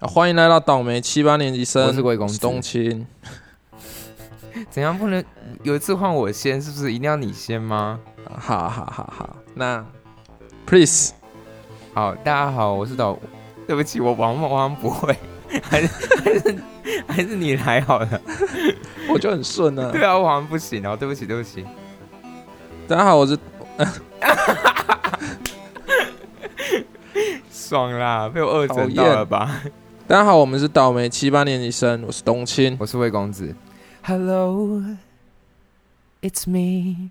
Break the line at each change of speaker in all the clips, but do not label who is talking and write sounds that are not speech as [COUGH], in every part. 啊欢迎来到倒霉七八年级生，
我是贵公子
冬青。
怎样不能有一次换我先？是不是一定要你先吗？
好好好好，那 please
好，大家好，我是导。对不起，我往往往不会， [LAUGHS] 还是 [LAUGHS] 还是还是你来好了。
我就很顺了、
对啊，我好像不行哦，对不起，对不起。
[LAUGHS] 大家好，我是
爽啦，被我二
讨
整
厌
到了吧？
大家好，我们是倒霉七八年级生，我是冬青。
我是魏公子。Hello，it's me。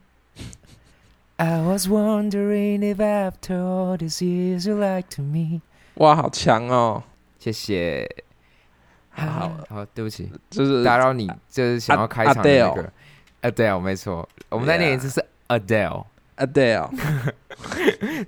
I was wondering if after all these years you like to me。
哇，好强哦！
谢谢。
好好
好，对不起。
就是
打扰你，就是
啊
想要开场的那个 Adele，没错，我们再
Yeah
念一次是 Adele。
Adele，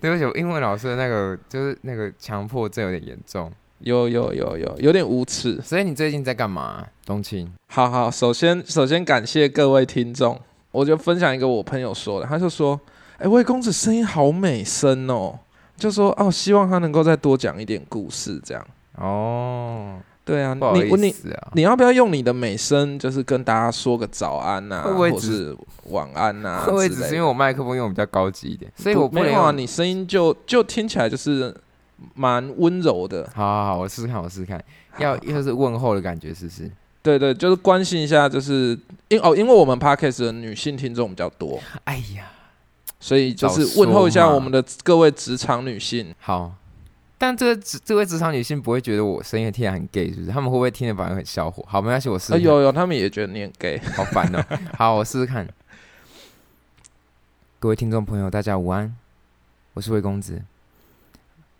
对不起，我英文老师的那个就是那个强迫症有点严重，
有有有有有点无耻。
所以你最近在干嘛？冬青，
好好，首先首先感谢各位听众，我就分享一个我朋友说的，他就说：“哎、魏公子声音好美声哦。”就说：“哦，希望他能够再多讲一点故事，这样。
哦，”
对啊，
不好
你
意
你
思啊，
你要不要用你的美声，就是跟大家说个早安呐、
会不会
或
只
是晚安呐、
会不会
之
只是
类
因为
的
我麦克风用得比较高级一点，所以我不
没
能
有啊，
用
你声音就就听起来就是蛮温柔的。
好好好，我试试看，我试试看，要要是问候的感觉，是不是？
对对，就是关心一下，就是因哦，因为我们 podcast 的女性听众比较多，
哎呀，
所以就
早
是
说
问候一下
嘛
我们的各位职场女性。
好。但这个职这位职场女性不会觉得我声音听起来很 gay 是不是？他们会不会听得反而很销火？好，没关系，我试试
啊，
看。
有有，他们也觉得你很 gay。
好烦哦、好，我试试看。各位听众朋友，大家午安，我是魏公子，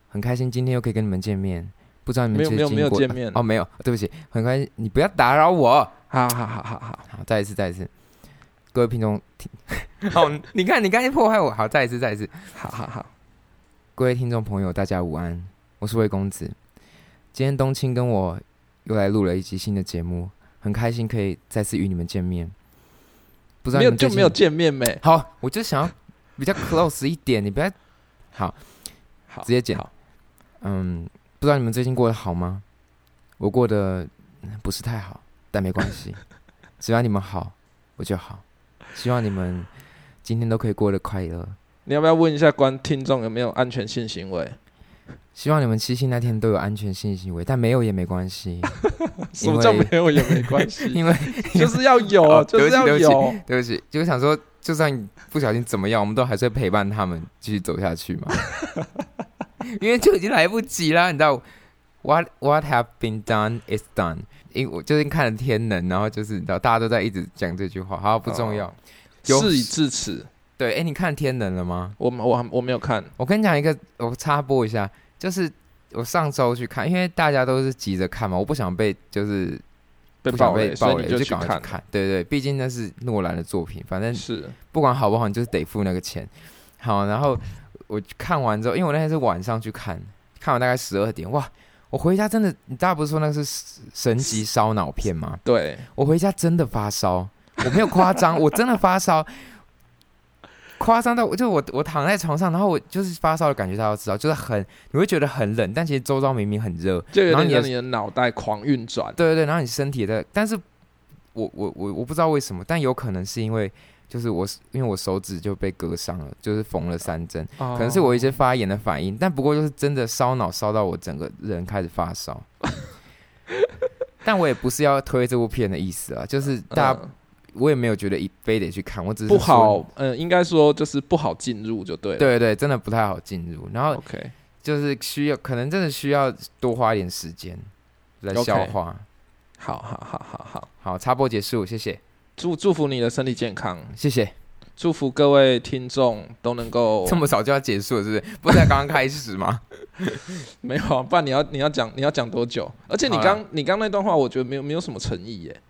很开心今天又可以跟你们见面。不知道你们
没有
最
没有
近
没有
过
见面
哦，没有，对不起，很开心，你不要打扰我。
好好好好好，
好，再一次，再一次，各位听众，
[LAUGHS]
听好，你看你刚才破坏我，好，再一次，再一次，
好好好，
各位听众朋友，大家午安，我是魏公子。今天冬青跟我又来录了一集新的节目，很开心可以再次与你们见面。不知道
没
你
有
们最
就
近
没有见面没？
好，我就想要比较 close 一点，你不要好
好，
直接剪。嗯，不知道你们最近过得好吗？我过得嗯不是太好，但没关系，只要你们好，我就好。希望你们今天都可以过得快乐，
你要不要问一下观听众有没有安全性行为？
希望你们七夕那天都有安全性行为，但没有也没关系，
什么叫
因为
没有也没关系，
因为
[LAUGHS] 就是要有，
哦
就是要
对不起
有。
对不起，就想说，就算不小心怎么样，我们都还是会陪伴他们继续走下去嘛。
[LAUGHS]
因为就已经来不及啦，你知道，what what have been done is done。因为我最近看了《天能》，然后就是你知道，大家都在一直讲这句话，好不重要。
哦
有
事已至此，
对，哎，你看《天能》了吗？
我我我没有看，
我跟你讲一个，我插播一下，就是我上周去看，因为大家都是急着看嘛，我不想被就是
被
不想
爆
被
雷，
爆
所以你
雷，就
去
赶快
看
去。看。对对，毕竟那是诺兰的作品，反正
是，
不管好不好，你就是得付那个钱。好，然后我看完之后，因为我那天是晚上去看，看完大概十二点，哇！我回家真的，你大家不是说那个是神级烧脑片吗？
对，
我回家真的发烧，我没有夸张，我真的发烧，夸张到我就我我躺在床上，然后我就是发烧的感觉，大家都知道，就是很你会觉得很冷，但其实周遭明明很热，
就有
然后
点让
你的
你的脑袋狂运转。
对对对，然后你身体也在，但是我我我我不知道为什么，但有可能是因为就是我因为我手指就被割伤了，就是缝了三针，
可
可能是我一些发炎的反应，但不过就是真的烧脑烧到我整个人开始
[LAUGHS]
发烧。但我也不是要推这部片的意思啊，就是大家、我也没有觉得一非得去看，我只
嗯
是
呃不
说
好，，嗯，应该说就是不好进入就对了。
对对，真的不太好进入，然后
，OK，
就是需要可能真的需要多花一点时间来消
OK
化。
好好好好好，
好，插播结束，谢谢，
祝祝福你的身体健康，
谢谢。
祝福各位听众都能够
这么早就要结束了，是不是？不是才刚刚开始吗？ [LAUGHS]
没有啊，不然你要你要讲你要讲多久？而且你
好啊啦
刚你刚那段话，我觉得没有没有什么诚意耶。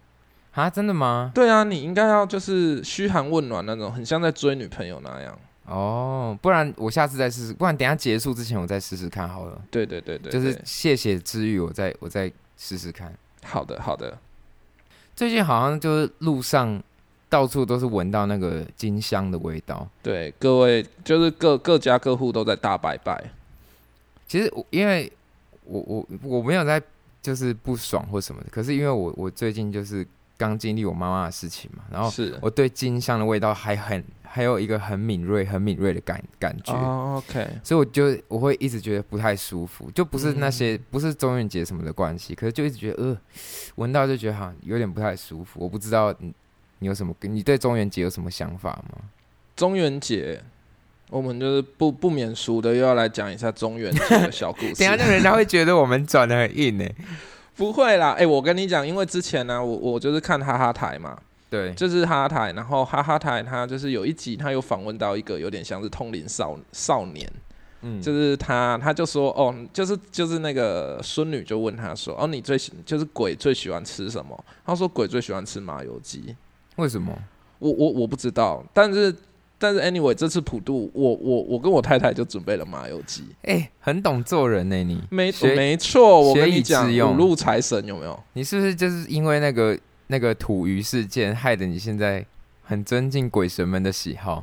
啊，真的吗？
对啊，你应该要就是嘘寒问暖那种，很像在追女朋友那样。
哦，不然我下次再试试，不然等一下结束之前我再试试看好了。
对对对对，
就是
对
谢谢治愈，我再我再试试看。
好的好的，
最近好像就是路上到处都是闻到那个金香的味道。
对各位就是各各家各户都在大拜拜。
其实我因为我我我没有在就是不爽或什么的。可是因为我我最近就是刚经历我妈妈的事情嘛，然后
是
哦我对金香的味道还很还有一个很敏锐、很敏锐的感感觉。
哦，OK，
所以我就我会一直觉得不太舒服，就不是那些、
嗯
不是中元节什么的关系，可是就一直觉得呃，闻到就觉得好像有点不太舒服。我不知道你你有什么，你对中元节有什么想法吗？
中元节，我们就是不不免俗的又要来讲一下中元节的小故事。
[LAUGHS] 等一下那人家会觉得我们转的很硬呢、
不会啦，哎、我跟你讲，因为之前呢、我我就是看哈哈台嘛，
[LAUGHS] 对，
就是哈哈台，然后哈哈台他就是有一集他有访问到一个有点像是通灵少少年，
嗯
就是他他就说哦，就是就是那个孙女就问他说哦，你最喜就是鬼最喜欢吃什么？他说鬼最喜欢吃麻油鸡，
为什么？
我我我不知道，但是但是 anyway 这次普渡我我我跟我太太就准备了麻油鸡，
哎、很懂做人呢、你
没
学
没错，我跟
学以
你讲
致用
五路财神有没有？
你是不是就是因为那个那个土鱼事件，害得你现在很尊敬鬼神们的喜
[LAUGHS]
好，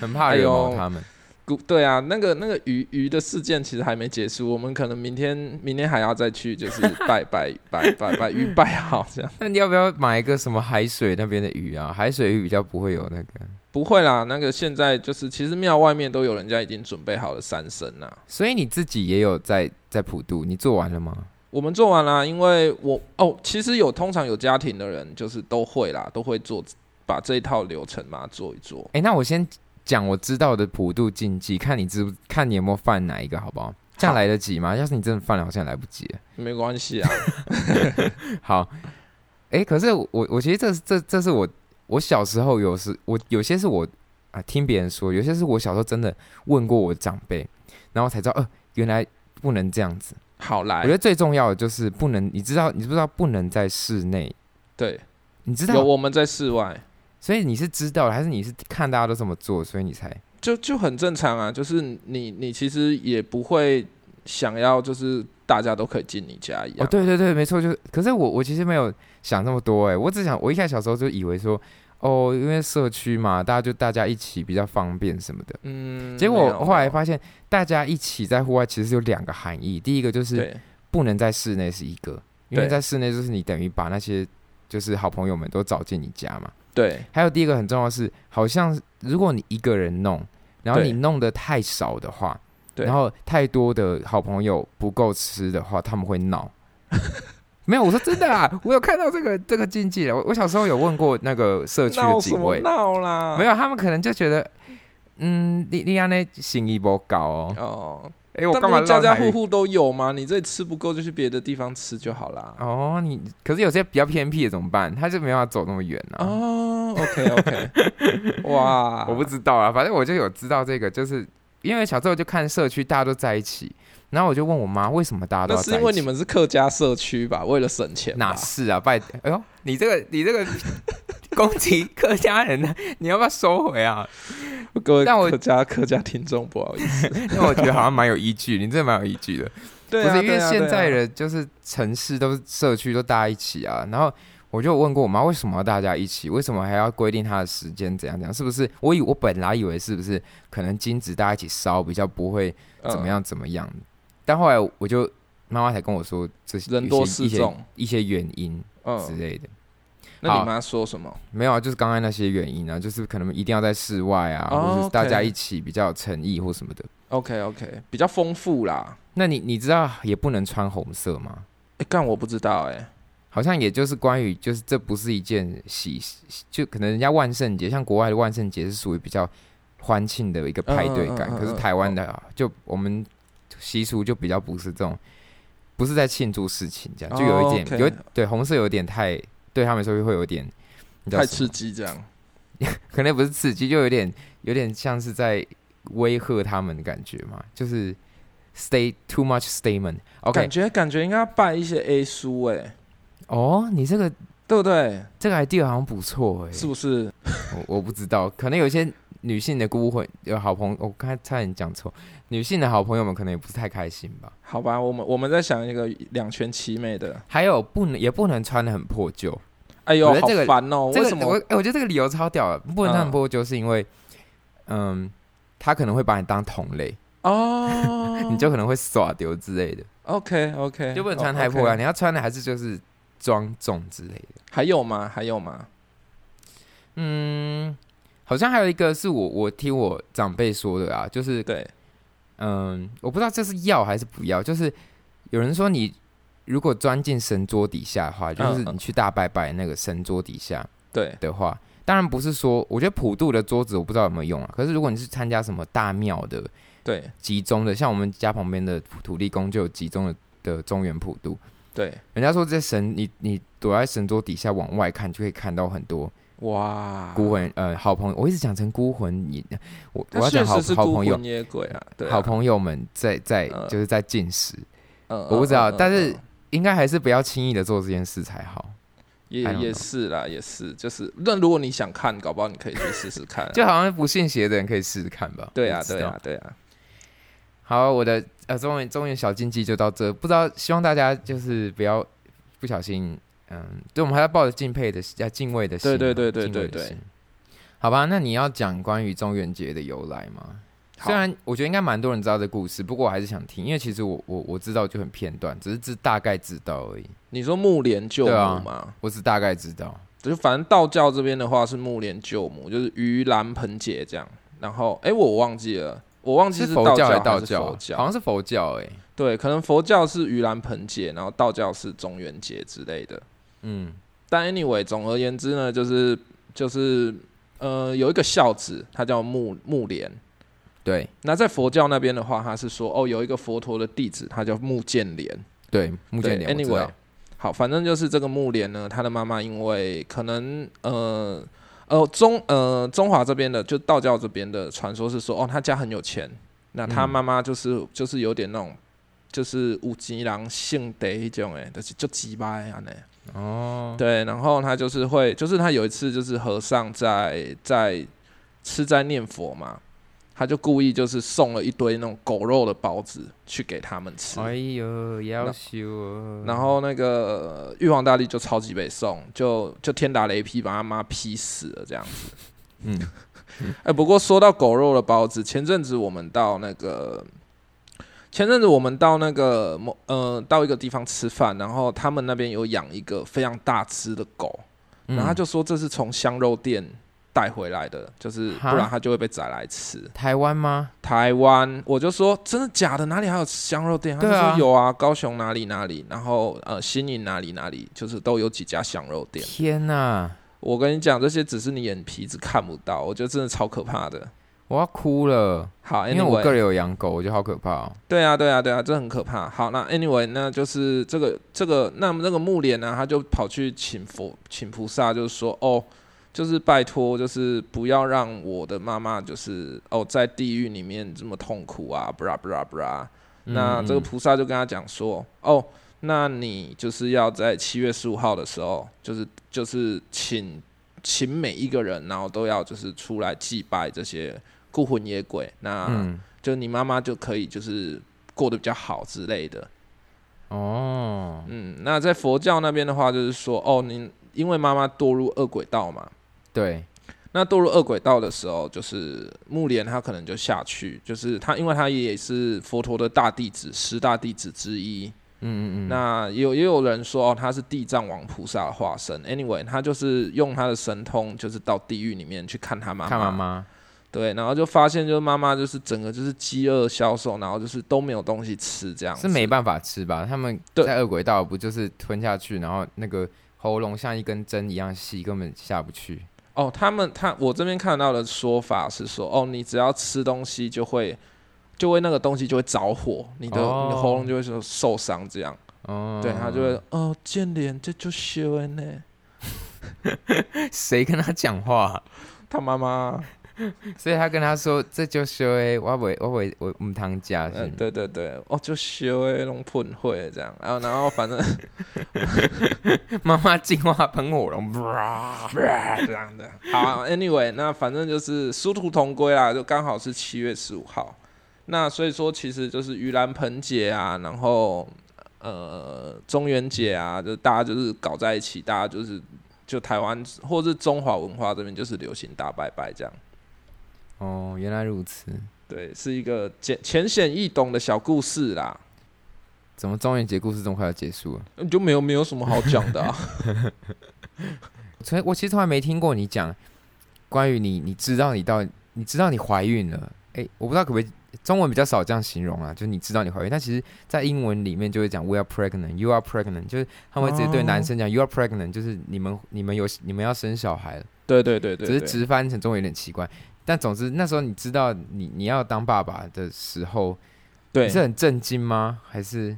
很
哎
怕惹毛
呦
他们？
古对啊，那个那个鱼鱼的事件其实还没结束，我们可能明天明天还要再去，就是拜拜拜拜拜鱼拜好这样。
那你要不要买一个什么海水那边的鱼啊？海水鱼比较不会有那个。
不会啦，那个现在就是其实庙外面都有人家已经准备好了三牲啊啦。
所以你自己也有在在普渡，你做完了吗？
我们做完啦，因为我哦，其实有通常有家庭的人就是都会啦，都会做把这一套流程嘛做一做。
哎、那我先讲我知道的普渡禁忌，看你知不看你有没有犯哪一个，好不好？这样来得及吗？要是你真的犯了，好像来不及了。
没关系
[LAUGHS]
啊，
好，哎、可是我我其实这这这是我我小时候有时我有些是我啊听别人说，有些是我小时候真的问过我长辈，然后才知道，呃，原来不能这样子。
好
我
来
觉，得最重要的就是不能，你知道，你知不知道不能在室内？
对，
你知
有
道，
我们在室外，
所以你是知道的，还是你是看大家都这么做，所以你才？
就就很正常啊，就是你你其实也不会想要就是大家都可以进你家一
哦，
样。
对对对，没错，就是。可是我我其实没有想那么多哎、我只想我一开始小时候就以为说，哦，因为社区嘛，大家就大家一起比较方便什么的。
嗯，
结
没
果
有
后来
没
发现，大家一起在户外其实有两个含义，第一个就
有
是
对
不能在室内是一个，因为
对
在室内就是你等于把那些就是好朋友们都找进你家嘛。
对
还有第一个很重要的是，好像如果你一个人弄，然后
对
你弄得太少的话，
对
然后太多的好朋友不够吃的话，他们会闹。 [LAUGHS] 没有，我说真的啊，我有看到这个这个禁忌了。啊我我小时候有问过那个社区的
闹
几
什么
位，
闹啊啦？
没有，他们可能就觉得，嗯，你你安那行一波搞
[LAUGHS]
哦，
哦，
哎，我
但
干
不
嘛
是家
让
家
台
户
语
户都有吗？你这里吃不够就去别的地方吃就好啦。
哦，你可是有些比较偏僻的怎么办？他就没办法走那么远啊。
哦，OK OK，哇， [LAUGHS]
我不知道啊，反正我就有知道这个，就是因为小时候就看社区大家都在一起，然后我就问我妈为什么大家都
那
要在
是
一起。
因为你们是客家社区吧？为了省钱吧
哪？是啊？拜，哎呦，你这个你
[LAUGHS]
这个攻击客家人呢，你要不要收回啊？
各位
但我
客家客家听众，不好意思，
因为我觉得好像蛮有依据，你真的蛮有依据的。
[LAUGHS] 对
不
啊，
是因为
对啊
现在，
对啊
的就是城市都是社区都大家一起啊，然后。我就有问过我妈，为什么要大家一起？为什么还要规定她的时间？怎样怎样？是不是？我以我本来以为是不是可能金子大家一起烧，比较不会
嗯
怎么？样怎么样。但后来我就妈妈才跟我说，这些
哦人多
一些
势众
一些一些原因之
嗯，
类的。
那
好
你妈说什么？
没有啊，就是刚才那些原因啊，就是可能一定要在室外啊，
哦
或者是大家
OK
一起比较有诚意或什么的。
OK OK，比较丰富啦。
那你你知道也不能穿红色吗？
哎、干我不知道哎、
好像也就是关于，就是这不是一件喜，喜就可能人家万圣节，像国外的万圣节是属于比较欢庆的一个派对感，
嗯嗯嗯嗯
可是台湾的、啊、就我们习俗就比较不是这种，不是在庆祝事情这样，就有一点、
哦，OK
有对红色有点太对他们说会有点你知道
太
什
刺
么
激这样。
可能不是刺激，就有点有点像是在威吓他们的感觉嘛，就是 stay too much statement。OK，
感觉感觉应该要拜一些 A 书哎、
哦，你这个
对不对？
这个 idea 好像不错哎、
是不是？
我我不知道，可能有一些女性的孤魂有好朋友，我刚才差点讲错，女性的好朋友们可能也不是太开心吧。
好吧，我们我们在想一个两全其美的。
还有不能也不能穿的很破旧，
哎呦，
我觉得
好
这个
烦哦、
这
为
个
什
我
么？
哎、我觉得这个理由嗯超屌的，不能穿很破旧是因为，嗯，他可能会把你当同类，
哦哦
[LAUGHS] ，你
[LAUGHS]
就可能会耍丢之类的，
OK OK，
就不能穿太破啊！
哦，OK
你要穿的还是就是庄重之类的。
还有吗？还有吗？
嗯，好像还有一个是我我听我长辈说的啊，就是
对，
嗯，我不知道这是要还是不要，就是有人说你如果钻进神桌底下的话，就是
嗯
你去大拜拜那个神桌底下
对，
的话，当然不是说，我觉得普渡的桌子我不知道有没有用啊。可是如果你是参加什么大庙的
对，
集中的，像我们家旁边的土地公就有集中的的中原普渡，
对，
人家说这神你你躲在神桌底下往外看，就可以看到很多
哇，
孤魂、呃好朋友，我一直讲成孤魂，你我
他
我要
确
讲好
实是
好
孤
朋友
魂。野鬼啊，对啊，
好朋友们在在
嗯
就是在进食，
嗯，嗯
我不知道
嗯嗯
但是
嗯
应该还是不要轻易的做这件事才好。
也
I don't
也
know
是啦，也是，就是那如果你想看，搞不好你可以去试试看啊，
就哦好像不信邪的人可以试试看吧。
[LAUGHS] 对啊，
我不知道
对啊，。对啊，
好，我的呃中原中原小禁忌就到这，不知道希望大家就是不要不小心，嗯，对我们还要抱着敬佩的要敬畏的心啊，
对对对对对
敬畏的
对
心。好吧，那你要讲关于中元节的由来吗？
好
虽然我觉得应该蛮多人知道这故事，不过我还是想听，因为其实我我我知道就很片段，只是知大概知道而已，
你说木莲救母
对啊
嘛，
我只大概知道。
就反正道教这边的话是木莲救母，就是盂兰盆节这样。然后，哎，我忘记了，我忘记
是
道
佛教还是
还
道
是
教
佛
啊？好像是佛教哎、
对，可能佛教是盂兰盆节，然后道教是中元节之类的。
嗯，
但 anyway，总而言之呢，就是就是呃，有一个孝子，他叫木木莲。
对
那在佛教那边的话，他是说哦，有一个佛陀的弟子，他叫木建莲。
对，木
对
剑莲我知
anyway，
道。
好，反正就是这个木莲呢，他的妈妈因为可能呃呃中呃中华这边的就道教这边的传说是说，哦，他家很有钱，那他
嗯
妈妈就是、就是有点那种就是五级郎性得一种诶，就是就鸡巴啊呢。
哦，
对，然后他就是会，就是他有一次就是和尚在在吃斋念佛嘛，他就故意就是送了一堆那种狗肉的包子去给他们吃。
哎呦，要修哦
然后那个呃玉皇大帝就超级被送，就就天打雷劈，把他妈劈死了这样子。
嗯，
哎、不过说到狗肉的包子，前阵子我们到那个，前阵子我们到那个某呃到一个地方吃饭，然后他们那边有养一个非常大只的狗，然后他
嗯
就说这是从香肉店带回来的，就是
哈
不然他就会被宰来吃。
台湾吗？
台湾，我就说真的假的？哪里还有香肉店？他就
对啊
说有啊，高雄哪里哪里，然后呃新营哪里哪里，就是都有几家香肉店。
天啊哪、
我跟你讲，这些只是你眼皮子看不到，我觉得真的超可怕的。
我要哭了，
好，anyway，
因为我个人有养狗，我觉得好可怕哦。
对啊，对啊，对啊，这很可怕。好，那 anyway，那就是这个这个，那么那个木莲呢，他就跑去请佛请菩萨，就是说，哦，就是拜托，就是不要让我的妈妈就是哦在地狱里面这么痛苦啊，布拉布拉布拉。那
嗯
这个菩萨就跟他讲说，哦，那你就是要在七月十五号的时候，就是就是请请每一个人，然后都要就是出来祭拜这些孤魂野鬼。那、
嗯，
就你妈妈就可以就是过得比较好之类的。
哦，
嗯，那在佛教那边的话，就是说哦，你因为妈妈堕入恶鬼道嘛，
对，
那堕入恶鬼道的时候，就是木莲他可能就下去，就是他因为他也是佛陀的大弟子，十大弟子之一。
嗯嗯嗯，
那也有也有人说哦，他是地藏王菩萨的化身。Anyway，他就是用他的神通，就是到地狱里面去看他妈妈。
看妈妈，
对，然后就发现就是妈妈就是整个就是饥饿消瘦，然后就是都没有东西吃这样子。
是没办法吃吧？他们
啊对
在恶鬼道不就是吞下去，然后那个喉咙像一根针一样细，根本下不去。
哦，他们他我这边看到的说法是说，哦，你只要吃东西就会就会那个东西就会着火，你的、
哦
你的喉咙就会受受伤，这样，
哦，
对他就会哦，见脸这就修恩呢，
谁跟他讲话？
他妈妈，
所以他跟他说：“这就是诶，我不我不我唔当家。”
嗯、
是吗
对对对，哦，就修诶，弄喷会这样，然后然后反正
妈妈进化喷火
[LAUGHS]
龙，
啊
哇
这样的，好，anyway，那反正就是殊途同归啦，就刚好是七月十五号，那所以说其实就是盂兰盆节啊，然后呃中元节啊，就大家就是搞在一起，大家就是就台湾或是中华文化这边就是流行大拜拜这样。
哦，原来如此。
对，是一个简浅显易懂的小故事啦，
怎么中元节故事这么快要结束了？
嗯就没有没有什么好讲 [LAUGHS] 的啊。
所以我其实从来没听过你讲关于你，你知道你到你知道你怀孕了，哎、我不知道可不可以中文比较少这样形容啊，就是你知道你怀孕，但其实在英文里面就会讲 we are pregnant, you are pregnant，就是他们会直接对男生讲、you
哦
are pregnant，就是你们你们有你们要生小孩了，
对对对对
只是
对
直翻成中文有点奇怪。但总之那时候你知道你你要当爸爸的时候，你是
对，
很震惊吗？还是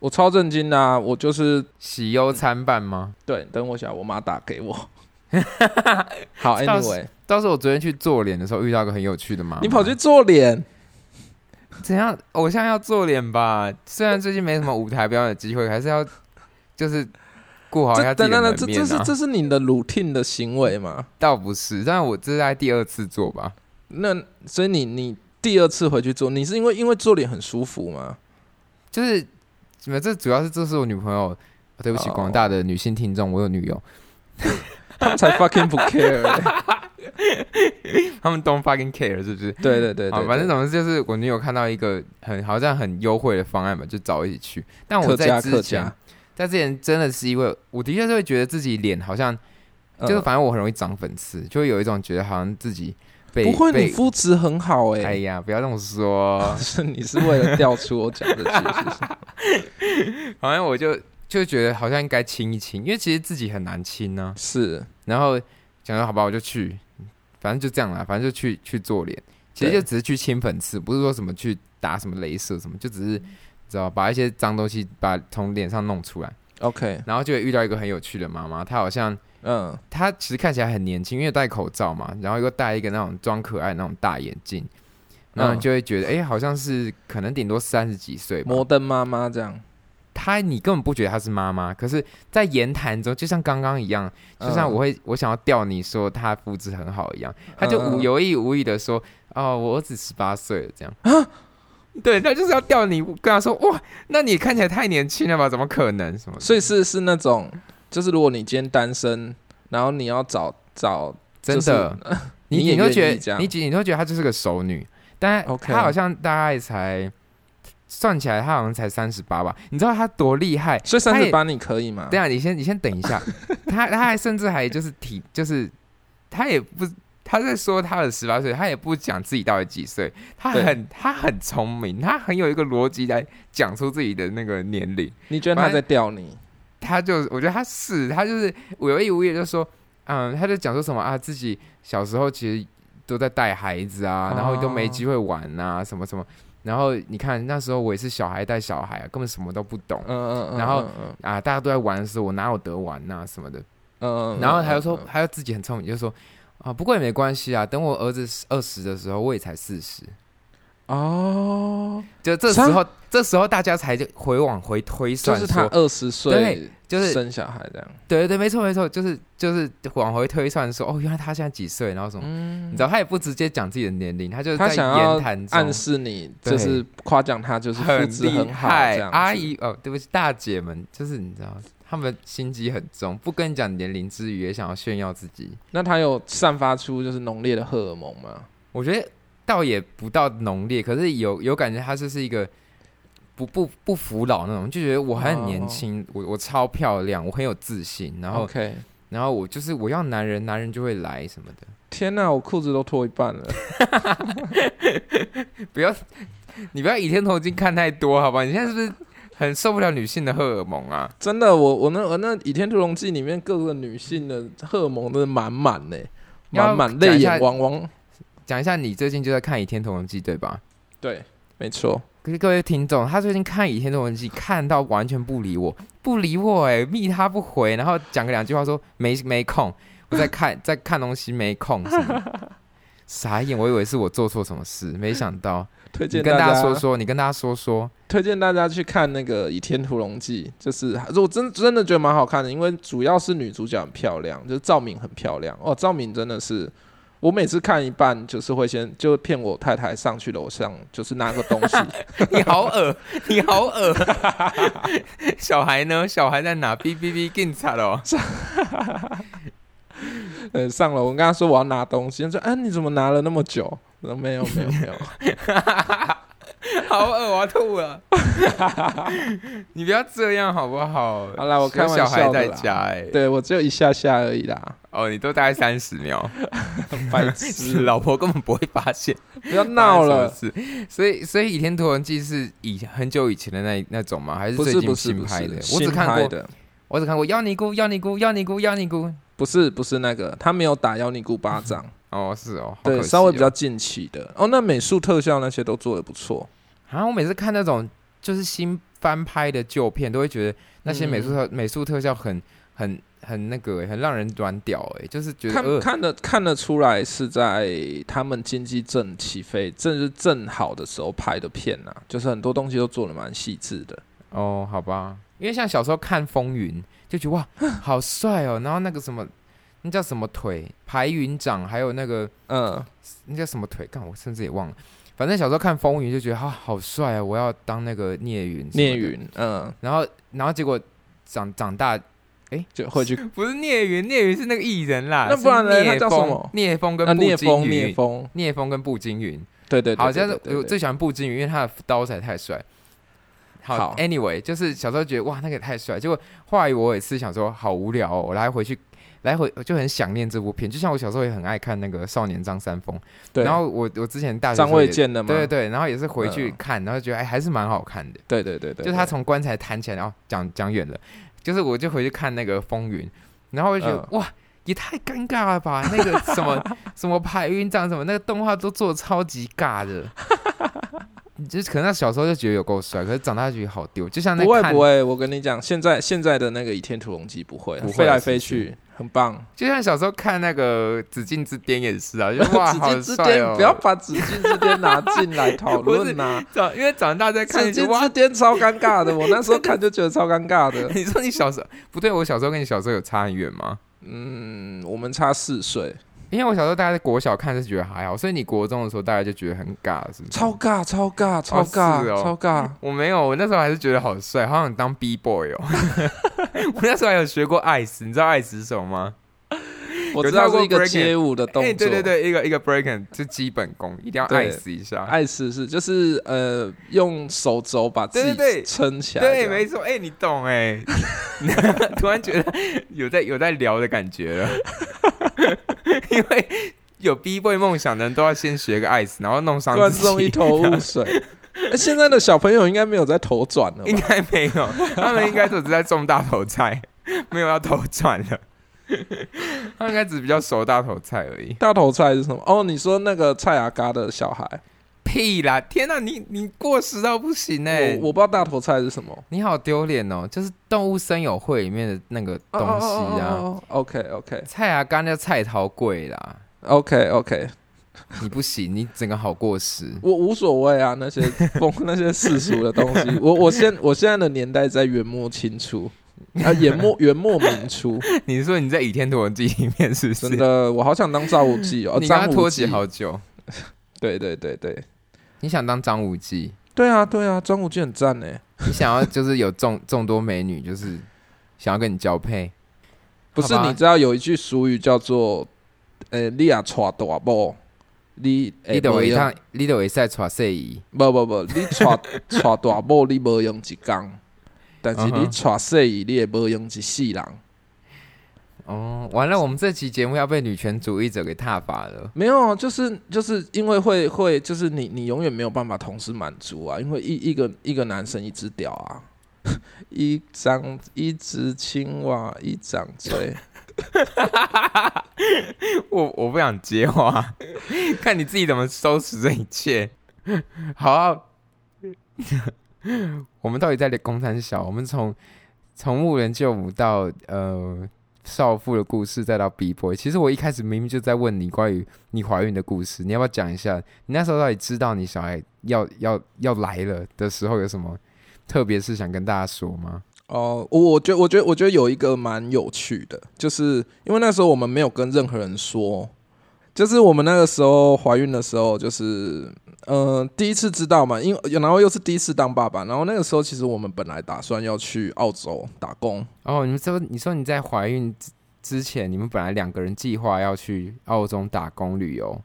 我超震惊的、啊，我就是
喜忧参半吗？
对，等我一下，我妈打给
[LAUGHS]
我。好
到时
，Anyway，
到时候我昨天去做脸的时候遇到一个很有趣的妈妈，
你跑去做脸，
怎样？偶像要做脸吧？虽然最近没什么舞台表演的机会，还是要就是顾好一下
这
自己
等等等，
的门
这
面
这是
啊。
这是你的 routine 的行为吗？
倒不是，但我这是在第二次做吧。
那所以你你第二次回去做，你是因为因为做脸很舒服吗？
就是什么？这主要是这是我女朋友。哦对不起，
哦
广大的女性听众，我有女友，
他们才
[LAUGHS]
fucking 不 care 欸。
他们 don't fucking care 是不是？
对对对
啊，
对，
反正总之就是我女友看到一个很好像很优惠的方案吧，就找我一起去。但
客
我
家
在
客
之
家
前，，在之前真的是因为我的确是会觉得自己脸好像
嗯
就是反正我很容易长粉刺，就会有一种觉得好像自己被
不会，
被
你肤质很好
哎
哎。
呀，不要这么说， [LAUGHS]
是你是为了调出我讲的句，是不是
好像我就就觉得好像应该亲一亲，因为其实自己很难亲啊呢、
是
然后想说好吧，我就去，反正就这样啦，反正就去去做脸，其实
对
就只是去清粉刺，不是说什么去打什么镭射什么，就只是。知道把一些脏东西把从脸上弄出来，
OK，
然后就会遇到一个很有趣的妈妈，她好像
嗯，
她其实看起来很年轻，因为戴口罩嘛，然后又戴一个那种装可爱的那种大眼镜，然后你就会觉得，哎、好像是可能顶多三十几岁吧。
摩登妈妈这样，
她你根本不觉得她是妈妈，可是，在言谈中，就像刚刚一样，就像我会、我想要吊你说她肤质很好一样，她就
嗯嗯嗯
无有意无意的说，哦，我儿子十八岁了这样啊。对，那就是要吊你，跟她说哇，那你看起来太年轻了吧？怎么可能什么的？
所以是是那种，就是如果你今天单身，然后你要找找，
真
就是呃
的，你
你也
你会
愿
觉
意这
得
样
你你会觉得她就是个熟女，但
OK
她好像大概才算起来，她好像才三十八吧？你知道她多厉害？
所以
她
三
也啊
十八你可以吗
等？一下，你先你先等一
[LAUGHS]
下，她她还甚至还就是体就是她也不她在说她的十八岁，她也不讲自己到底几岁，她
对
很她很聪明，她很有一个逻辑来讲出自己的那个年龄。
你觉得他
反
在
正
吊你？
他就我觉得他是他就是我有意无意就说，嗯，他就讲说什么啊，自己小时候其实都在带孩子啊
哦，
然后都没机会玩啊，什么什么，然后你看那时候我也是小孩带小孩啊，根本什么都不懂
嗯嗯嗯，
然后
嗯嗯
啊，大家都在玩的时候，我哪有得玩呐、什么的，
嗯，嗯
然后他就说
嗯，嗯
他就自己很聪明，就说啊，不过也没关系啊，等我儿子二十的时候，我也才四十，嗯
哦，
就这时候这时候大家才就回往回推
就
算
是他
说，
二十岁
对，就是
生小孩这样，
对对，没错没错，就是就是往回推算说，哦，原来他现在几岁，然后什么，
嗯
你知道，他也不直接讲自己的年龄，他就是
他
在
想要
言谈中
暗示你，
对
就是夸奖他，就是肤质
厉
很好这
害。
样子。
阿姨哦，对不起，大姐们，就是你知道，他们心机很重，不跟你讲年龄之余，也想要炫耀自己。
那他有散发出就是浓烈的荷尔蒙吗？
我觉得倒也不到浓烈，可是有有感觉，他就是一个。不不不服老那种，就觉得我还很年轻我我超漂亮，我很有自信，然后
OK，
然后我就是我要男人，男人就会来什么的。
天哪，我裤子都脱一半了。 [LAUGHS]
不要，你不要《倚天头巾》看太多，好吧？你现在是不是很受不了女性的荷尔蒙啊？
真的，我我那我那《倚天屠龙记》里面各个女性的荷尔蒙真的满满呢，
要
满满
讲
泪
一下
眼汪汪。
讲一下，你最近就在看《倚天屠龙记》，对吧？
对，没错，
可是各位听众，他最近看《倚天屠龙记》，看到完全不理我，不理我、哎，密他不回，然后讲个两句话说没没空，我在看在看东西，没空什么的。
[LAUGHS]
傻眼，我以为是我做错什么事，没想
[LAUGHS]
到。
推
你
荐
跟
大
大家说说，你跟大家说说，
推荐大家去看那个《倚天屠龙记》，就是我真真的觉得蛮好看的，因为主要是女主角很漂亮，就是赵敏很漂亮哦，赵敏真的是。我每次看一半，就是会先就骗我太太上去楼上，就是拿个东
[LAUGHS]
西，
你好恶，你好
[LAUGHS]
恶。小孩呢？小孩在哪？哔哔哔，警察哦。
啊呃，上楼。我跟她说我要拿东西，她说：“哎、你怎么拿了那么久？”我说没有没有没
[LAUGHS]
有，
好饿，我要
[LAUGHS]
吐了。你不要这样好不好？
好啦我 [LAUGHS] 开玩
小
笑
孩
的
在
啦
家哎、
对我只有一下下而已
[LAUGHS]
啦，
哦，你都大概三十秒，
[LAUGHS] 白
[LAUGHS] 是
痴，
老婆根本不会发现
不要 [LAUGHS] 闹了，
是，所以所以《倚天屠龙记》是以很久以前的那那种吗？还是
不
最
是
近
不是
新
不
拍
是
的，？我只
新
看
拍
过，
的，
我只看过妖尼姑，妖尼姑，妖尼姑，妖尼姑。
不是不是那个，他没有打妖尼姑巴掌，
哦，是哦，好
对，
可惜
稍微比较
哦
近期的，哦，那美术特效那些都做的不错，
啊，我每次看那种就是新翻拍的旧片，都会觉得那些美
嗯
术特、美术特效很很很那个欸，很让人软屌哎，就是觉得
看
呃
看得看得出来是在他们经济正起飞，正是正好的时候拍的片呐、就是很多东西都做的蛮细致的。
哦，好吧，因为像小时候看《风云》，就觉得
[LAUGHS]
哇好帅哦，然后那个什么，那叫什么腿，排云掌，还有那个
嗯，
那叫什么腿，干我甚至也忘了。反正小时候看《风云》就觉得啊好帅啊，我要当那个聂云。
聂，云，嗯，
然后然后结果长长大
就会去
不是聂云，聂云是那个艺人啦，
那不然呢
是聂
那叫
风
什么
聂风跟
啊，
步惊
聂，风，
云
聂风，
聂风跟步惊云，
对对对，
好像
对
是
对
我
对
最喜欢步惊云，因为他的刀才太帅。
好
a n y w a y 就是小时候觉得哇那个太帅，结果后来我也是想说好无聊哦，我来回去来回就很想念这部片，就像我小时候也很爱看那个《少年张三丰》，
对，
然后我我之前大学
张
时候
卫
也
健的嘛，
对对对，然后也是回去
嗯
看，然后觉得哎还是蛮好看的，
对对对对，
就他
对
从棺材弹起来，然后讲讲远了，就是我就回去看那个风云，然后我就觉得、
嗯
哇。也太尴尬了吧！那个什
[LAUGHS]
么什么排云掌什么那个动画都做的超级
[LAUGHS]
尬的，就是可能他小时候就觉得有够帅，可是长大就觉得好丢。就像那
不会
看
不会，我跟你讲，现在现在的那个《倚天屠龙记》不会
不会
飞来飞
是不
去，很棒。
就像小时候看那个《紫禁之巅》也是啊，就
[LAUGHS]
哇
紫
好
禁之
帅
巅
哦！，
不要把紫禁之巅拿进
[LAUGHS]
来讨
不是
论啊呐。
长，因为长大再看
紫
就觉
禁
得哇
之巅超尴尬的，我那时候看就觉得超尴尬的。
你说你小时候不对，我小时候跟你小时候有差很远吗？
嗯，我们差四岁，
因为我小时候大概在国小看是觉得还好，所以你国中的时候大概就觉得很尬，是不是？
超尬，超尬，超尬，
是哦
超尬。
我没有，我那时候还是觉得好帅，好想当 B boy 哦。 [LAUGHS] 我那时候还有学过 ice，你知道 ice 是什么吗？
我知道是一
有跳过
个
breaking
街舞的动
哎
作，
对对对，一个一个 breaking 是基本功，一定要
对
ice 一下。
爱试试就是呃，用手肘把自
对对对
己撑起来这
对，
样。
没错，哎、你懂哎、 [LAUGHS] 突然觉得有在有在聊的感觉 [LAUGHS] 了，因为有 B boy 梦想的人都要先学个 ice，然后弄伤
突然
自
中
己
一。头雾水。哎现在的小朋友应该没有在头转了吧
应该没有，他们应该都只在种大头菜，没有要头转了。他们应该只比较熟大头菜而已。
大头菜是什么？哦，你说那个蔡雅嘎的小孩，
屁啦！天哪、你你过时到不行哎、
我我不知道大头菜是什么
你好丢脸哦！就是动物森友会里面的那个东
哦
西啊，
OK OK
菜啊，干叫菜桃贵啦。
[LAUGHS] OK OK，
你不行，你整个好过时。 [LAUGHS]
我无所谓啊，那些风那些世俗的东西，我我现我现在的年代在元末清初啊，元
[LAUGHS]
末元末明初，
你是说你在《倚天屠龙记》里面是不是？
真的，我好想当赵无忌哦，
你跟他
张无
脱节
忌，
好久。
对对对对
你想当张无忌？
对啊对啊，张无忌很赞呢，
你想要就是有众众多美女，就是想要跟你交配？
不是
好吧
你知道有一句俗语叫做，呃，你也娶大某，你
你都
会
会
用
趟，你都会使娶细姨。
不不不，你
[LAUGHS]
娶娶大某你无用一工，但是你
嗯哼
娶细姨你也无用一世人。
哦，完了，我们这期节目要被女权主义者给踏伐了。
没有啊，就是就是因为会会就是你你永远没有办法同时满足啊，因为一一个一个男生一只屌啊， [LAUGHS] 一张一只青蛙一张嘴，
[LAUGHS] 我我不想接话， [LAUGHS] 看你自己怎么收拾这一切。好 [LAUGHS] 啊、我们到底在公山小？我们从从牧人救母到呃少妇的故事，再到 B boy。其实我一开始明明就在问你关于你怀孕的故事，你要不要讲一下？你那时候到底知道你小孩要要要来了的时候有什么特别事想跟大家说吗？
哦，我我觉得我觉得我觉得有一个蛮有趣的，就是因为那时候我们没有跟任何人说，就是我们那个时候怀孕的时候，就是呃第一次知道嘛，因为然后又是第一次当爸爸，然后那个时候其实我们本来打算要去澳洲打工，
哦，你们说你说你在怀孕之之前，你们本来两个人计划要去澳洲打工旅游，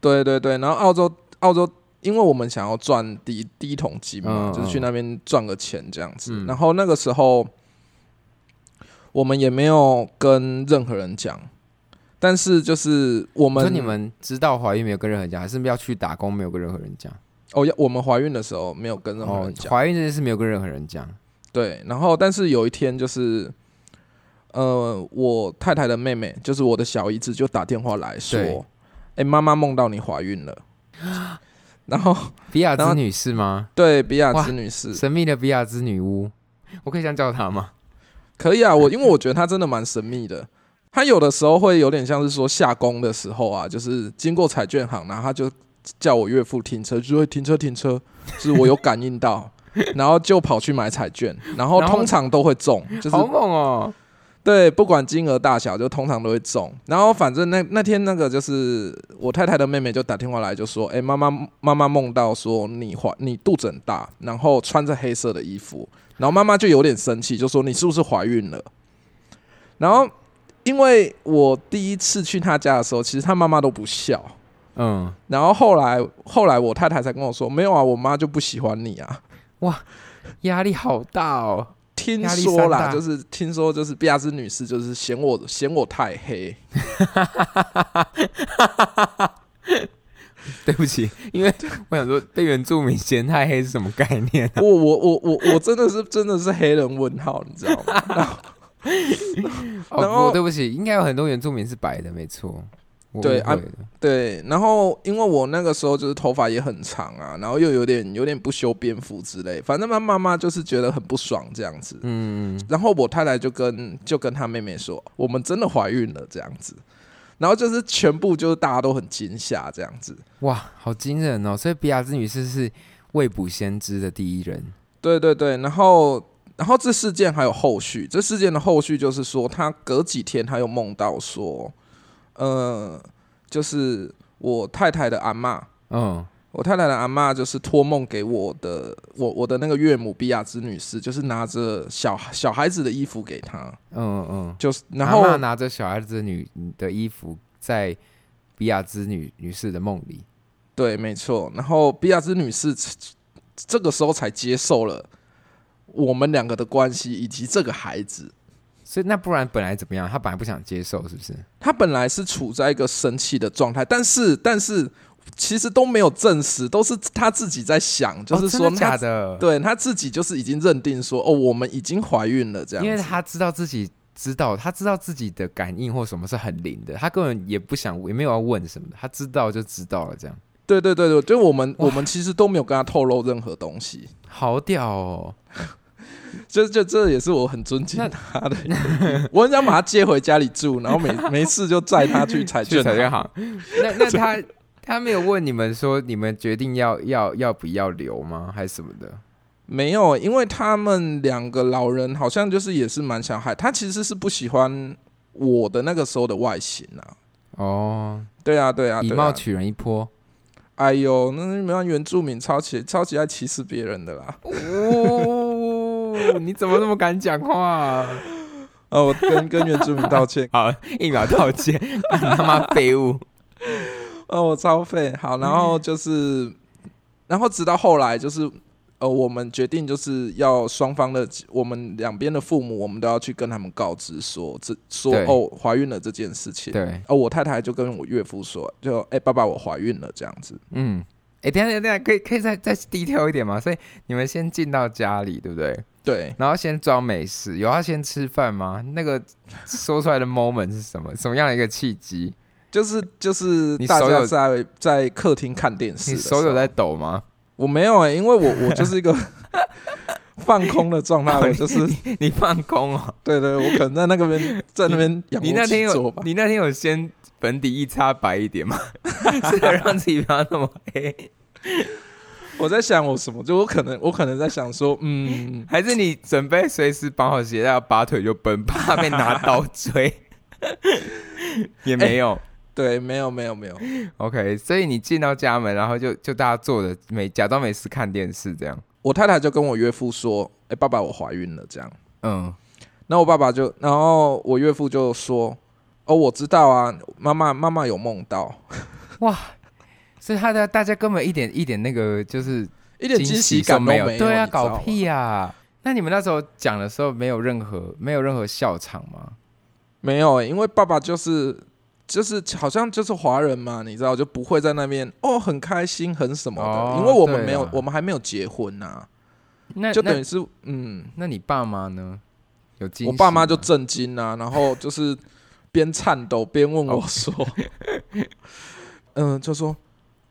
对对对，然后澳洲澳洲，因为我们想要赚第第一桶金嘛，
嗯
就是去那边赚个钱这样子。
嗯
然后那个时候我们也没有跟任何人讲，但是就是我
我说
们
你们知道怀孕没有跟任何人讲，还是要去打工没有跟任何人讲？
哦，要我们怀孕的时候没有跟任何
哦
人，讲，
怀孕这件事没有跟任何人讲。
对。然后但是有一天就是。呃，我太太的妹妹，就是我的小姨子，就打电话来说
对：“
哎，妈妈梦到你怀孕了。”然后，
比亚
然后
兹女士吗？
对比亚
哇
兹女士，
神秘的比亚兹女巫，我可以这样叫她吗？
可以啊，
嗯
我因为我觉得他真的蛮神秘的。他有的时候会有点像是说下工的时候啊，就是经过彩券行，然后他就叫我岳父停车，就会停车停车，就是我有感应到， [LAUGHS] 然后就跑去买彩券，然后
然后
通常都会中，就是
好猛哦！
对，不管金额大小，就通常都会中。然后反正那那天那个就是我太太的妹妹就打电话来，就说：“哎、妈妈妈妈梦到说你怀你肚子很大，然后穿着黑色的衣服。”然后妈妈就有点生气，就说：“你是不是怀孕了？”然后因为我第一次去她家的时候，其实她妈妈都不笑。
嗯，
然后后来后来我太太才跟我说：“没有啊，我妈就不喜欢你啊。”
压力好大哦。
听
压力
说
山
啦，
大
就是听说就是碧亚兹女士就是嫌我嫌我太黑，
对不起，
[LAUGHS]
因为我想说被原住民嫌太黑是什么概念？
[LAUGHS] 我我我我我真的是真的是黑人问号，你知道吗？然后
哦，
然后
不对不起，应该有很多原住民是白的，没错。我
对
误
啊
会了嗯
对，然后因为我那个时候就是头发也很长啊，然后又有点有点不修边幅之类，反正妈妈妈就是觉得很不爽这样子。
嗯，
然后我太太就跟就跟她妹妹说，我们真的怀孕了这样子。然后就是全部就是大家都很惊吓这样子。
哇，好惊人哦！所以比亚兹女士是未卜先知的第一人。
对对对，然后然后这事件还有后续，这事件的后续就是说，他隔几天他又梦到说，呃，就是我太太的阿嬷，
嗯，
我太太的阿嬷就是托梦给我的，我我的那个岳母比亚兹女士，就是拿着小小孩子的衣服给她，
嗯嗯，
就是然
阿嬷
后
拿着小孩子女的衣服，在比亚兹女女士的梦里，
对，没错，然后比亚兹女士这个时候才接受了我们两个的关系以及这个孩子。
所以那不然本来怎么样？她本来不想接受，是不是？
他本来是处在一个生气的状态，但是但是其实都没有证实，都是他自己在想，就是说
哦真的
他、
假的，
对他自己就是已经认定说哦，我们已经怀孕了这样子，
因为她知道自己知道，她知道自己的感应或什么是很灵的，她根本也不想，也没有要问什么的，她知道就知道了，这样
对对对对，就我们我们其实都没有跟他透露任何东西，
好屌哦！
这这这也是我很尊敬他的，
[LAUGHS]
我很想把他接回家里住，然后每没事就载他去彩
去
券
彩
行
券行， [LAUGHS] 那那 [LAUGHS] 她她没有问你们说你们决定要要要不要留吗，还是什么的？
没有，因为他们两个老人好像就是也是蛮想害他，其实是不喜欢我的那个时候的外形啊。
哦，
对啊，对啊，
以
对
貌
啊。
取人一波。
哎呦，那你们让原住民超级超级爱歧视别人的啦。
哦，你怎么那么敢讲话？
哦，我跟跟原住民道歉。 [LAUGHS]
[LAUGHS] 好，一秒道 [LAUGHS] 歉，他妈废 [LAUGHS] 物。
哦，我超废。好，然
嗯
后就是，然后直到后来就是，呃，我们决定就是要双方的，我们两边的父母，我们都要去跟他们告知说，这说
对
哦怀孕了这件事情。
对，
哦，我太太就跟我岳父说，就哎、爸爸我怀孕了这样子。
嗯，哎，等一下等一下，可以可以再再低调一点吗？所以你们先进到家里，对不对？
对，
然后先装没事，有要先吃饭吗？那个说出来的 moment 是什么？什么样的一个契 [LAUGHS] 机？
就是就是
你
大
手
家
有
在在客厅看电视
你
的时候，
手有在抖吗？
我没有哎、因为我我就是一
[LAUGHS]
个放空的状态，我就是
[LAUGHS] 你放空哦。
对对，我可能在那个边在那边仰
你那
卧
天
起坐
有
吧。
你那天有先粉底一擦白一点吗？
[LAUGHS]
是要让自己不要那么黑。
我在想我什么，就我可能我可能在想说，
[LAUGHS]
嗯，
还是你准备随时绑好鞋带，拔腿就奔，怕被拿刀追？ [LAUGHS] 也没有、
对，没有没有没有，
OK，所以你进到家门，然后就就大家坐着没假装没事看电视这样。
我太太就跟我岳父说，哎、爸爸我怀孕了这样。
嗯，
然后我爸爸就，然后我岳父就说，哦，我知道啊，妈妈妈妈有梦到。
哇，所以他的大家根本一点一点那个就是
一点惊喜感都
都
没
有，
有
对啊，
你知道吗
搞屁啊！那你们那时候讲的时候没有任何没有任何笑场吗？
没有、欸，因为爸爸就是就是好像就是华人嘛，你知道就不会在那边哦很开心很什么的，
哦
因为我们没有
对啊
我们还没有结婚呐、啊
那
就等
那
于是嗯，
那你爸妈呢？有惊喜啊
我
吗
爸妈就震惊啊，然后就是边颤抖边问我
[LAUGHS]
说，嗯，就说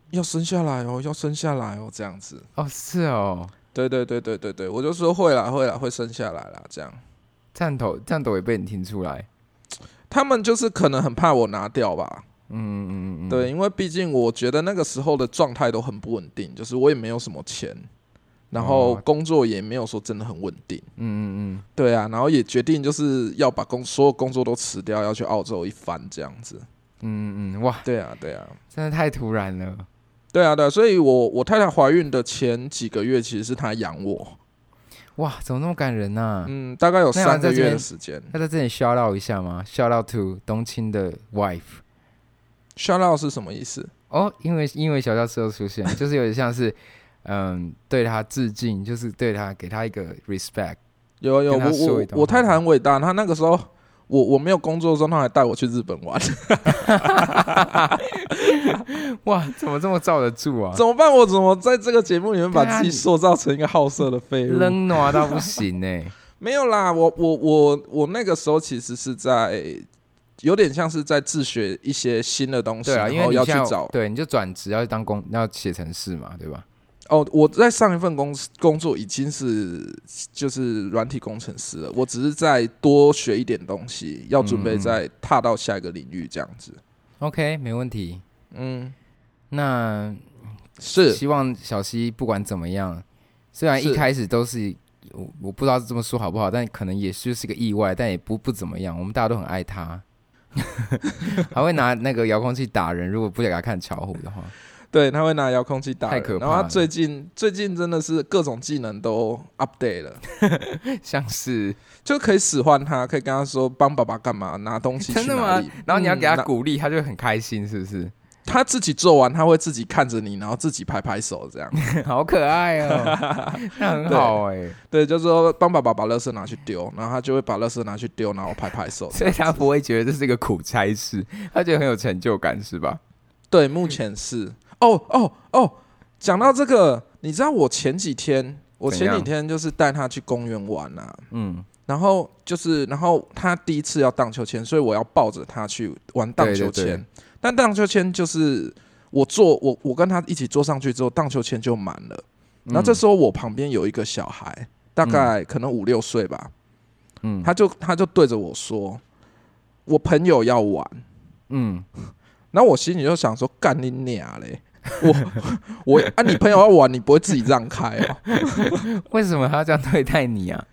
要生下来哦，要生下来哦，这样子。
哦是哦，
对对对对对对，我就说会啦会啦会生下来啦，这样。
颤抖颤抖也被你听出来，
他们就是可能很怕我拿掉吧，
嗯嗯嗯嗯，
对，因为毕竟我觉得那个时候的状态都很不稳定，就是我也没有什么钱，然后
哦
工作也没有说真的很稳定，
嗯嗯嗯，
对啊，然后也决定就是要把工所有工作都辞掉，要去澳洲一番这样子，
嗯嗯，哇，
对啊，对啊，
真的太突然了。
对啊，对啊，所以我我太太怀孕的前几个月其实是她养我，
哇，怎么那么感人呐、
嗯，大概有
那要
三
在
个
这
月的
边
时间。
那在这里 shout out 一下吗？shout out to 冬青的 wife。
Shout out 是什么意思？
哦，因为因为小教室又
[LAUGHS]
出现，就是有点像是，嗯，对他致敬，就是对他给他一个 respect。
有有，
跟她
我
说
我
一段话
我太太很伟大，她那个时候我我没有工作的时候，她还带我去日本玩，
哇，怎么这么罩得住
[LAUGHS]
啊？
怎么办？我怎么在这个节目里面把
对啊
自己
你
塑造成一个好色的废物？
扔暖到不行欸呢、
[LAUGHS] 没有啦，我我我我那个时候其实是在有点像是在自学一些新的东西，
对啊，因
然
为
后
你
要去
现在
找。
对，你就转职要去当工，要写程式嘛，对吧？
哦，我在上一份工工作已经是就是软体工程师了，我只是在多学一点东西，要准备
嗯嗯
再踏到下一个领域这样子。
OK，没问题。
嗯，
那
是
希望小溪不管怎么样，虽然一
是
开始都是我我不知道这么说好不好，但可能也是就是个意外，但也不不怎么样。我们大家都很爱他， [LAUGHS] 还会拿那个遥控器打人，如果不想给他看巧虎的话，
对，他会拿遥控器打
太
人
可
然后
怕
他
了
最近最近真的是各种技能都 update 了，
像是
就可以使唤他，可以跟他说帮爸爸干嘛，拿东西去
真的
哪
吗
里？
然后你要给
嗯
他
那
鼓励，他就会很开心，是不是？
他自己做完，他会自己看着你，然后自己拍拍手这样。
[LAUGHS] 好可爱哦， [LAUGHS] 那很好哎、
对，就是说帮爸爸把垃圾拿去丢，然后他就会把垃圾拿去丢，然后拍拍
[LAUGHS]
手。
所以他不会觉得这是一个苦差事，他觉得很有成就感，是吧？
对，目前是。哦哦哦，讲到这个，你知道我前几天，我
怎
前几
样
天就是带他去公园玩啊，
嗯，
然后就是，然后他第一次要荡秋千，所以我要抱着他去玩荡秋千。
对对对
但荡秋千就是我坐我我跟他一起坐上去之后，荡秋千就满了。
嗯
然后这时候我旁边有一个小孩，大概可能五六岁吧，
嗯
他就他就对着我说：“我朋友要玩。
嗯，”
然后我心里就想说：“干你娘嘞！我 [LAUGHS] 我啊，你朋友要玩，你不会自己让开哦？”
为什么他要这样对待你啊？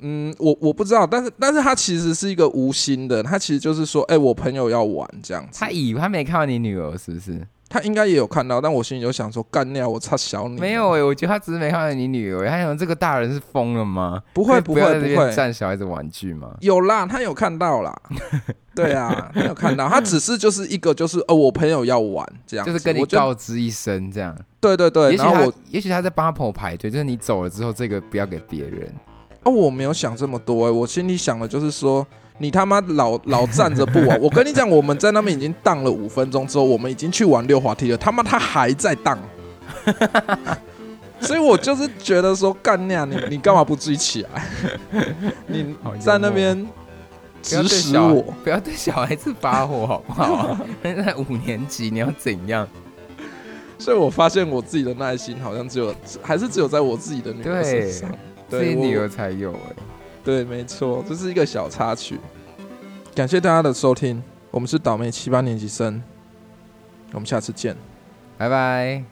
嗯，我我不知道，但是但是他其实是一个无心的，他其实就是说，哎、我朋友要玩这样子，
他以为他没看到你女儿，是不是？
他应该也有看到，但我心里就想说，干掉我差小你，啊
没有，哎、我觉得他只是没看到你女儿，欸他想这个大人是疯了吗？
不
可
会
以
不
不
会
要在
不
这边
会，
占小孩子玩具吗？
有啦，他有看到
[LAUGHS]
啦，对啊，他有看到，他只是就是一个就是哦，我朋友要玩这样子，
就是跟你
我就
告知一声这样。
对对对，
也许
然后
他
我，
也许他在帮他朋友排队，就是你走了之后，这个不要给别人。
哦，我没有想这么多、哎我心里想的就是说。你他妈老老站着不
[LAUGHS]
玩！我跟你讲，我们在那边已经荡了五分钟之后，我们已经去玩溜滑梯了，他妈他还在
[LAUGHS]
荡，所以我就是觉得说，干你、啊、你你干嘛不自己起
[LAUGHS]
来？你
好幽默
在那边
不要
指
对
使
小
我，
不要对小孩子发火好不好、 [LAUGHS] 啊？人家五年级，你要怎样？
所以我发现我自己的耐心好像只有还是只有在我自己的女儿身
对
上，
自己
我
女儿才有哎、
对，没错，这是一个小插曲。感谢大家的收听，我们是倒霉七八年级生，我们下次见。
拜拜。